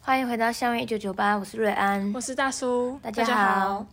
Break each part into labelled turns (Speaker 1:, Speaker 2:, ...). Speaker 1: 欢迎回到校园一九九八，我是瑞安
Speaker 2: 我，是大叔，
Speaker 1: 大家好。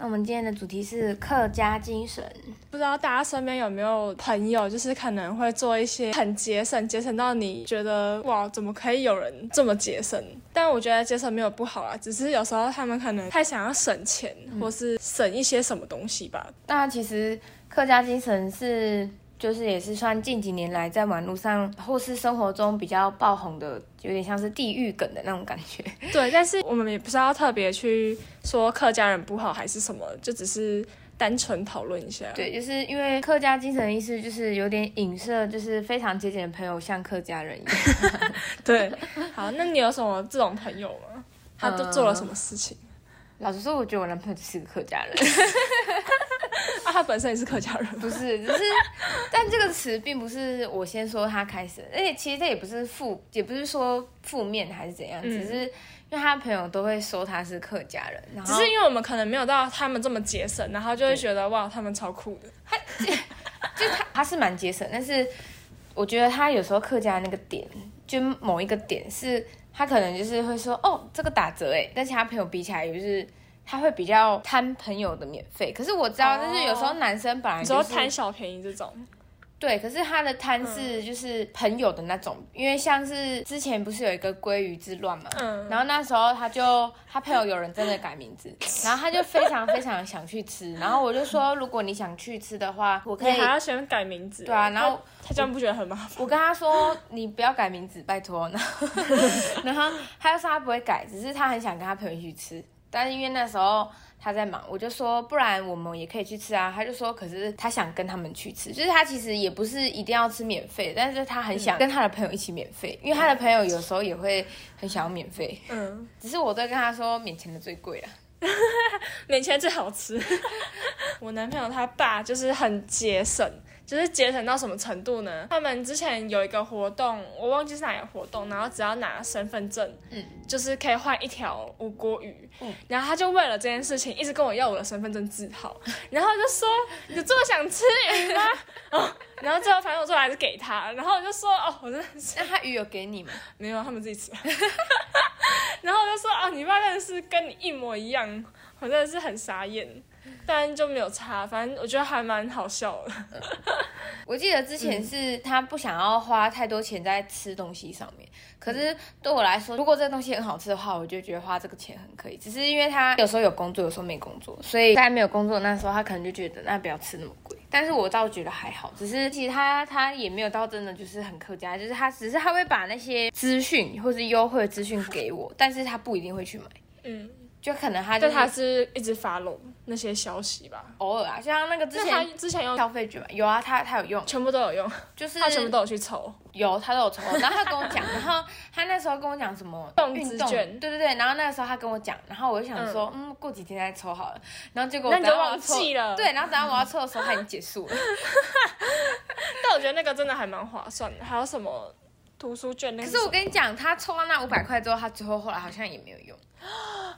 Speaker 1: 那我们今天的主题是客家精神，
Speaker 2: 不知道大家身边有没有朋友，就是可能会做一些很节省，节省到你觉得哇，怎么可以有人这么节省？但我觉得节省没有不好啊，只是有时候他们可能太想要省钱，
Speaker 1: 嗯
Speaker 2: 或是省一些什么东西吧。
Speaker 1: 那其实客家精神是就是也是算近几年来在网络上或是生活中比较爆红的，有点像是地域梗的那种感觉。
Speaker 2: 对，但是我们也不是要特别去说客家人不好还是什么，就只是单纯讨论一下。
Speaker 1: 对，就是因为客家精神的意思就是有点影射，就是非常节俭的朋友像客家人一样。
Speaker 2: 对，好，那你有什么这种朋友吗？他都做了什么事情？
Speaker 1: 呃老实说，我觉得我男朋友就是个客家人，
Speaker 2: 啊，他本身也是客家人吗。
Speaker 1: 不是，只是，但这个词并不是我先说他开始的，而且其实这也不是负，也不是说负面还是怎样，
Speaker 2: 嗯
Speaker 1: 只是因为他朋友都会说他是客家人，然
Speaker 2: 只
Speaker 1: 后
Speaker 2: 是因为我们可能没有到他们这么节省，然后就会觉得哇，他们超酷的。
Speaker 1: 就是他他是蛮节省，但是我觉得他有时候客家那个点，就某一个点是，他可能就是会说哦这个打折哎，但是他朋友比起来就是。他会比较贪朋友的免费，可是我知道，
Speaker 2: 哦
Speaker 1: 就是有时候男生本来
Speaker 2: 你
Speaker 1: 就
Speaker 2: 说
Speaker 1: 是
Speaker 2: 贪小便宜这种，
Speaker 1: 对，可是他的贪是就是朋友的那种，因为像是之前不是有一个鲑鱼之乱嘛，
Speaker 2: 嗯
Speaker 1: 然后那时候他就他朋友有人真的改名字，然后他就非常非常想去吃，然后我就说如果你想去吃的话，我可
Speaker 2: 你
Speaker 1: 以，
Speaker 2: 还要先改名字。
Speaker 1: 对啊然后
Speaker 2: 他他这样不觉得很麻烦？
Speaker 1: 我跟他说你不要改名字，拜托， 然后然后他就说他不会改，只是他很想跟他朋友一起吃，但是因为那时候。他在忙，我就说不然我们也可以去吃啊。他就说，可是他想跟他们去吃，就是他其实也不是一定要吃免费，但是他很想跟他的朋友一起免费，因为他的朋友有时候也会很想要免费。
Speaker 2: 嗯，
Speaker 1: 只是我都跟他说，免钱的最贵啊啦。
Speaker 2: 免钱最 好吃。我男朋友他爸就是很节省。就是节省到什么程度呢？他们之前有一个活动，我忘记是哪一个活动，然后只要拿身份证，
Speaker 1: 嗯，
Speaker 2: 就是可以换一条无国语，
Speaker 1: 嗯，
Speaker 2: 然后他就为了这件事情一直跟我要我的身份证字号， 然后我就说你这么想吃鱼吗？哦，然后最后反正我最后还是给他，然后我就说哦，我真的是
Speaker 1: 那他鱼有给你吗？
Speaker 2: 没有，他们自己吃， 然后我就说哦，你爸真的是跟你一模一样，我真的是很傻眼，但就没有差，反正我觉得还蛮好笑的，
Speaker 1: 我记得之
Speaker 2: 嗯
Speaker 1: 前是他不想要花太多钱在吃东西上面，可是
Speaker 2: 嗯
Speaker 1: 对我来说，如果这个东西很好吃的话，我就觉得花这个钱很可以。只是因为他有时候有工作，有时候没工作，所以在没有工作的那时候，他可能就觉得那不要吃那么贵。但是我倒觉得还好，只是其实他他也没有到真的就是很客家，就是他只是他会把那些资讯或是优惠资讯给我，但是他不一定会去买，
Speaker 2: 嗯。
Speaker 1: 就可能他就
Speaker 2: 但
Speaker 1: 是
Speaker 2: 他是一直发漏那些消息吧？
Speaker 1: 偶尔啊，就像那个之
Speaker 2: 那他
Speaker 1: 前嗯
Speaker 2: 之前用
Speaker 1: 消费券嘛，有啊，他他有用，
Speaker 2: 全部都有用，
Speaker 1: 就是
Speaker 2: 他全部都有去抽。
Speaker 1: 有，他都有抽。然后他跟我 讲，然后他那时候跟我讲什么
Speaker 2: 动
Speaker 1: 运
Speaker 2: 资
Speaker 1: 动，对
Speaker 2: 券
Speaker 1: 对对。然后那个时候他跟我讲，然后我就想说，嗯过几天再抽好了。然后结果
Speaker 2: 那你
Speaker 1: 等
Speaker 2: 就
Speaker 1: 到我要
Speaker 2: 忘记
Speaker 1: 抽
Speaker 2: 了
Speaker 1: 对，然后等到我要抽的时候，他已经结 束了。
Speaker 2: 但我觉得那个真的还蛮划算的。还有什么图书券那
Speaker 1: 可
Speaker 2: 个？
Speaker 1: 是我跟你讲，他抽到那五百块之后，他最后后来好像也没有用，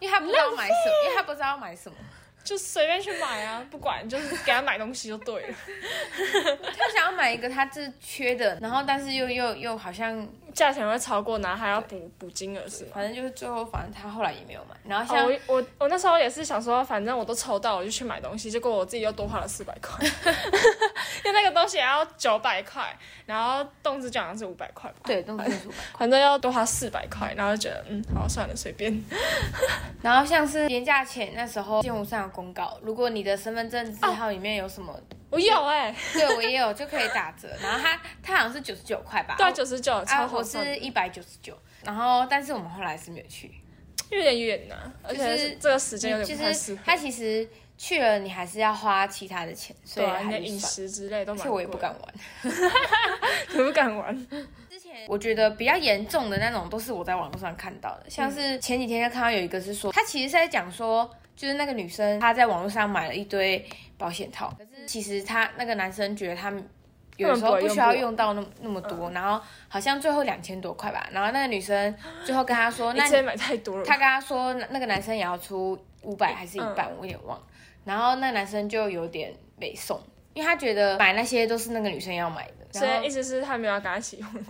Speaker 1: 因为他不知道买什么，因为他不知道买什么，
Speaker 2: 就随便去买啊，不管就是给他买东西就对了，
Speaker 1: 他想要买一个他是缺的，然后但是又又又好像，
Speaker 2: 价钱会超过，然后还要补补金额是吗？
Speaker 1: 反正就是最后，反正他后来也没有买。然后像、
Speaker 2: 哦，我我我那时候也是想说，反正我都抽到，我就去买东西，结果我自己又多花了四百 块，因为那个东西也要九百块，然后动资奖是五百块吧，
Speaker 1: 对，动资主。
Speaker 2: 反正要多花四百块，然后就觉得嗯，好算了，随便。
Speaker 1: 然后像是年假前那时候，新闻上有公告，如果你的身份证字号里面有什么，
Speaker 2: 我有哎、
Speaker 1: 对我也有就可以打折。然后它它好像是九十九块吧，
Speaker 2: 对啊，九十九，超
Speaker 1: 啊，
Speaker 2: 划
Speaker 1: 我
Speaker 2: 算的，
Speaker 1: 是一百九十九。然后但是我们后来是没有去，
Speaker 2: 有点远呐、而
Speaker 1: 就是
Speaker 2: 且这个时间有
Speaker 1: 其
Speaker 2: 点不太适
Speaker 1: 实
Speaker 2: 合。
Speaker 1: 它其实去了你还是要花其他的钱，所
Speaker 2: 对
Speaker 1: 以
Speaker 2: 啊，你
Speaker 1: 还
Speaker 2: 的
Speaker 1: 是
Speaker 2: 饮
Speaker 1: 算。
Speaker 2: 食之类都
Speaker 1: 而
Speaker 2: 蛮
Speaker 1: 且
Speaker 2: 贵，
Speaker 1: 我也不敢，玩。
Speaker 2: 也 不敢玩。
Speaker 1: 之前我觉得比较严重的那种，都是我在网络上看到的，像是前几天就看到有一个是说，他其实是在讲说，就是那个女生她在网络上买了一堆保险套，可是其实她那个男生觉得他有的时候不嗯需要用到那么那么多，然后好像最后两千多块吧，然后那个女生最后跟他说，
Speaker 2: 你
Speaker 1: 那
Speaker 2: 之
Speaker 1: 你
Speaker 2: 前买太多了，
Speaker 1: 他跟他说那那个男生也要出五百还是一百、0我有点忘了。然后那个男生就有点没送，因为他觉得买那些都是那个女生要买的，
Speaker 2: 所
Speaker 1: 然
Speaker 2: 以
Speaker 1: 后
Speaker 2: 意思是他没有要跟他一起用吗？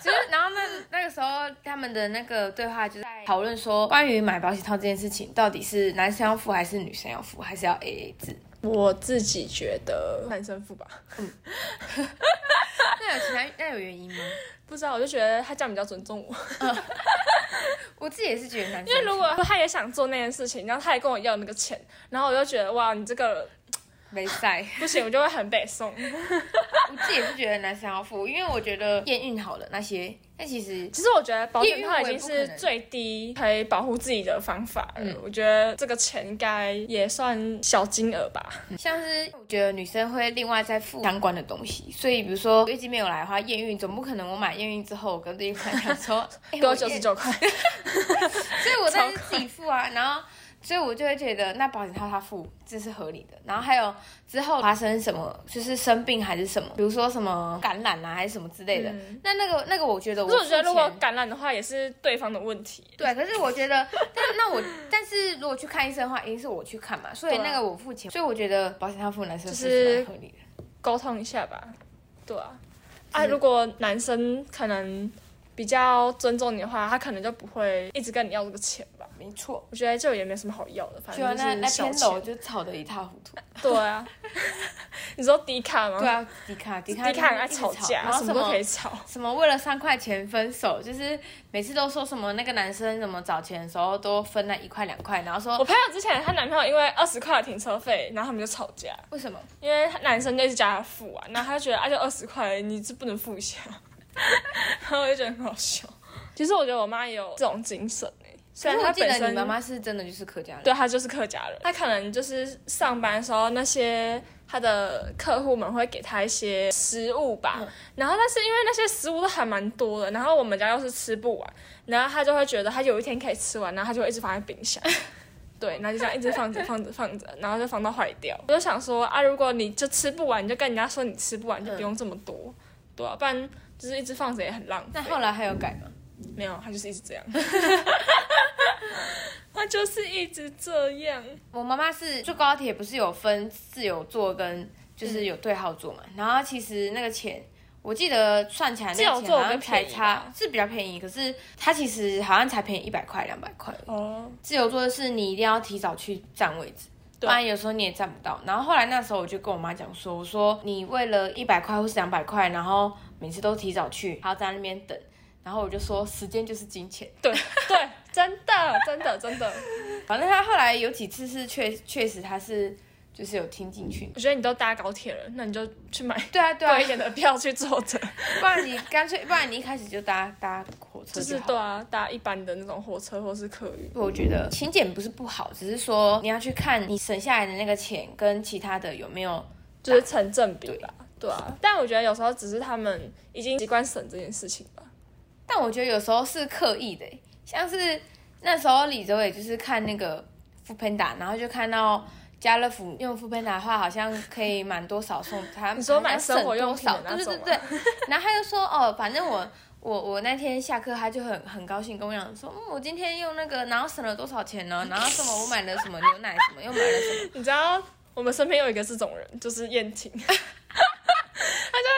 Speaker 1: 只是然后那那个时候他们的那个对话就是在讨论说关于买保险套这件事情，到底是男生要付还是女生要付，还是要 A A 制？
Speaker 2: 我自己觉得男生付吧，
Speaker 1: 那有其他那有原因吗？
Speaker 2: 不知道，我就觉得他这样比较尊重我。
Speaker 1: 我自己也是觉得男生付，
Speaker 2: 因为如果 他也想做那件事情，然后他也跟我要那个钱，然后我就觉得哇，你这个
Speaker 1: 没赛，
Speaker 2: 不行，我就会很北宋。
Speaker 1: 我自己也是觉得男生要付，因为我觉得验孕好了那些，但其实
Speaker 2: 其实我觉得保险套
Speaker 1: 业余
Speaker 2: 已经
Speaker 1: 我也
Speaker 2: 是
Speaker 1: 不可能
Speaker 2: 最低可以保护自己的方法了。
Speaker 1: 嗯
Speaker 2: 我觉得这个钱应该也算小金额吧。
Speaker 1: 像是我觉得女生会另外再付相关的东西，所以比如说月经没有来的话，验孕总不可能我买验孕之后我跟对方讲 说哎
Speaker 2: 给 我
Speaker 1: 我
Speaker 2: 九
Speaker 1: 验
Speaker 2: 十九块，
Speaker 1: 所以我当然是自己付啊，然后所以我就会觉得那保险套他付这是合理的。然后还有之后发生什么，就是生病还是什么，比如说什么感染啊还是什么之类的，那那个那个我觉得我
Speaker 2: 嗯可 是我觉得
Speaker 1: 付
Speaker 2: 如果
Speaker 1: 钱
Speaker 2: 感染的话，也是对方的问题。
Speaker 1: 对，可是我觉得，但那我 但是如果去看医生的话，一定是我去看嘛，所以
Speaker 2: 对啊
Speaker 1: 那个我付钱，所以我觉得保险套付男生付
Speaker 2: 就是
Speaker 1: 是蛮合理的。
Speaker 2: 沟通一下吧。对啊，啊，
Speaker 1: 嗯
Speaker 2: 如果男生可能比较尊重你的话，他可能就不会一直跟你要这个钱吧。
Speaker 1: 没错，
Speaker 2: 我觉得这也没什么好要的，反
Speaker 1: 就那
Speaker 2: 正啊就
Speaker 1: 那
Speaker 2: 是小
Speaker 1: 篇楼
Speaker 2: 钱。
Speaker 1: 就吵得一塌糊涂。
Speaker 2: 对啊，你说迪卡吗？
Speaker 1: 对，啊，迪卡迪卡
Speaker 2: 迪卡很爱
Speaker 1: 就是一直
Speaker 2: 吵
Speaker 1: 然
Speaker 2: 架，
Speaker 1: 后
Speaker 2: 什
Speaker 1: 什
Speaker 2: 么都可以吵。
Speaker 1: 什么为了三块钱分手，就是每次都说什么那个男生怎么找钱的时候都分那一块两块，然后
Speaker 2: 我
Speaker 1: 说
Speaker 2: 朋友之前她男朋友因为二十块的停车费，然后他们就吵架，
Speaker 1: 为什么？
Speaker 2: 因为她男生就一直叫她付啊，然后她就觉得啊就二十块，你这不能付一下， 然后我就觉得很好笑。其实我觉得我妈也有这种精神诶、虽
Speaker 1: 可
Speaker 2: 然
Speaker 1: 是
Speaker 2: 她
Speaker 1: 我记
Speaker 2: 本
Speaker 1: 得
Speaker 2: 身
Speaker 1: 你妈啊妈是真的就是客家人，
Speaker 2: 对他就是客家人，他可能就是上班的时候那些他的客户们会给他一些食物吧，然后但是因为那些食物都还蛮多的，然后我们家又是吃不完，然后他就会觉得他有一天可以吃完，然后他就会一直放在冰 箱。对，然后就这样一直放着放着放着，然后就放到坏掉。我就想说啊，如果你就吃不完，你就跟人家说你吃不完，就不用这么多，对啊，不然就是一直放着也很浪费。
Speaker 1: 那后来还有改吗？
Speaker 2: 没有，他就是一直 这样，他就是一直这样。
Speaker 1: 我妈妈是坐高铁，不是有分自由座跟就是有对号座嘛？然后其实那个钱，我记得算起来那
Speaker 2: 自由
Speaker 1: 个钱
Speaker 2: 座
Speaker 1: 好像
Speaker 2: 比较
Speaker 1: 才
Speaker 2: 便宜
Speaker 1: 差
Speaker 2: 吧
Speaker 1: 是比较便宜，可是它其实好像才便宜一百块两百块而已。
Speaker 2: 哦，
Speaker 1: 自由座是你一定要提早去占位置。不
Speaker 2: 对
Speaker 1: 然有时候你也占不到。然后后来那时候我就跟我妈讲说，我说你为了一百块或是两百块，然后每次都提早去，还要在那边等。然后我就说时间就是金钱。
Speaker 2: 对对，真的真的真的，
Speaker 1: 反正她后来有几次是确确实她是就是有听进去。
Speaker 2: 我觉得你都搭高铁了，那你就去买
Speaker 1: 对啊对啊
Speaker 2: 贵一，点的票去坐着，
Speaker 1: 不然你干脆，不然你一开始就搭搭火车
Speaker 2: 就是
Speaker 1: 好
Speaker 2: 对啊，搭一般的那种火车或是客运。
Speaker 1: 我觉得勤俭不是不好，只是说你要去看你省下来的那个钱跟其他的有没有。
Speaker 2: 就是成正比吧。对啊，但我觉得有时候只是他们已经习惯省这件事情吧。
Speaker 1: 但我觉得有时候是刻意的欸，像是那时候李哲伟就是看那个 f o o Panda，然后就看到家乐福用 f o o Panda 的话，好像可以满多少送他。
Speaker 2: 你说
Speaker 1: 好像
Speaker 2: 买生活用品的
Speaker 1: 省多少
Speaker 2: 那
Speaker 1: 对
Speaker 2: 种
Speaker 1: 对
Speaker 2: 吗
Speaker 1: 对对。然后他就说哦，反正我。我我那天下课，他就很很高兴跟我讲说，嗯，我今天用那个，然后省了多少钱呢？然后什么我买了什么牛奶什么，又买了什么。
Speaker 2: 你知道我们身边有一个这种人，就是燕婷。 他就一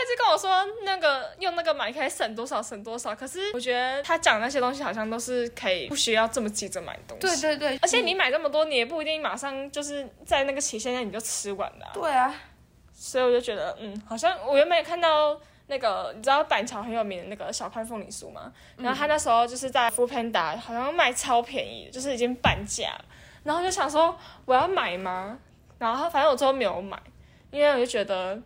Speaker 2: 直跟我说，那个用那个买可以省多少省多少，可是我觉得他讲那些东西好像都是可以不需要这么急着买东西。
Speaker 1: 对对对，
Speaker 2: 而且你买这么多，你也不一定马上就是在那个期限内你就吃完了啊、
Speaker 1: 对啊，
Speaker 2: 所以我就觉得，嗯，好像我原本也看到那个，你知道板桥很有名的那个小块凤梨酥吗？
Speaker 1: 嗯
Speaker 2: 然后他那时候就是在 f o o Panda 好像卖超便宜，就是已经半价了，然后我就想说我要买吗？然后反正我最后没有买，因为我就觉得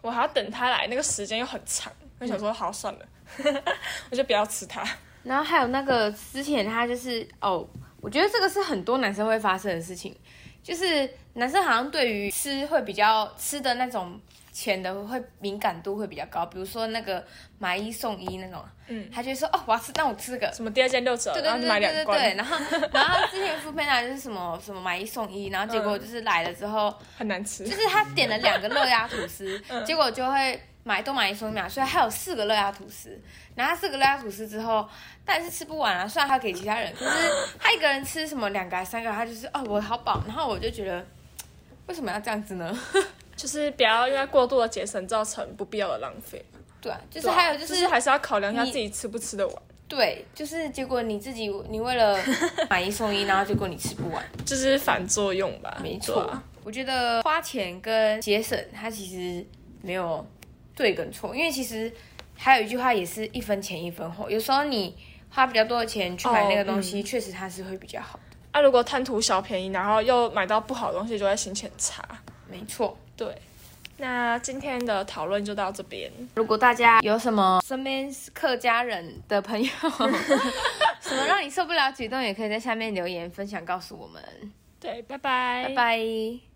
Speaker 2: 我还要等他来，那个时间又很长，我就想说好算了， 我就不要吃它。
Speaker 1: 然后还有那个之前他就是哦，我觉得这个是很多男生会发生的事情，就是男生好像对于吃会比较吃的那种钱的会敏感度会比较高，比如说那个买一送一那种，嗯，他就会说哦我要吃，那我吃这个。
Speaker 2: 什么第二件六折，
Speaker 1: 对对
Speaker 2: 然后
Speaker 1: 对
Speaker 2: 就
Speaker 1: 对
Speaker 2: 买两
Speaker 1: 对对
Speaker 2: 罐，
Speaker 1: 对，然后然后之前 f o o p a n d 就是什么什么买一送一，然后结果就是来了之后，
Speaker 2: 很难吃。
Speaker 1: 就是他点了两个热压吐 司，结果就会买多买一送一嘛，所以还有四个热压吐司。然后他四个热压吐司之后，但是吃不完啊，虽然他给其他人，可是他一个人吃什么两个还是三个，他就是哦我好饱，然后我就觉得。为什么要这样子呢？
Speaker 2: 就是不要因为过度的节省造成不必要的浪费。
Speaker 1: 对啊，就
Speaker 2: 就是
Speaker 1: 还有就
Speaker 2: 就是还是要考量一下
Speaker 1: 你
Speaker 2: 自己吃不吃得完，
Speaker 1: 对，就是结果你自己你为了买一送一，然后结果你吃不完，
Speaker 2: 就是反作用吧。
Speaker 1: 没
Speaker 2: 对
Speaker 1: 错。
Speaker 2: 啊
Speaker 1: 我觉得花钱跟节省，它其实没有对跟错，因为其实还有一句话也是一分钱一分货，有时候你花比较多的钱去买那个东西，确实它是会比较好的，
Speaker 2: 啊，如果贪图小便宜，然后又买到不好的东西，就会心情很差。
Speaker 1: 没错。
Speaker 2: 对，那今天的讨论就到这边。
Speaker 1: 如果大家有什么身边是客家人的朋 友，什么让你受不了举动，也可以在下面留言分享告诉我们。
Speaker 2: 对，拜拜，
Speaker 1: 拜拜。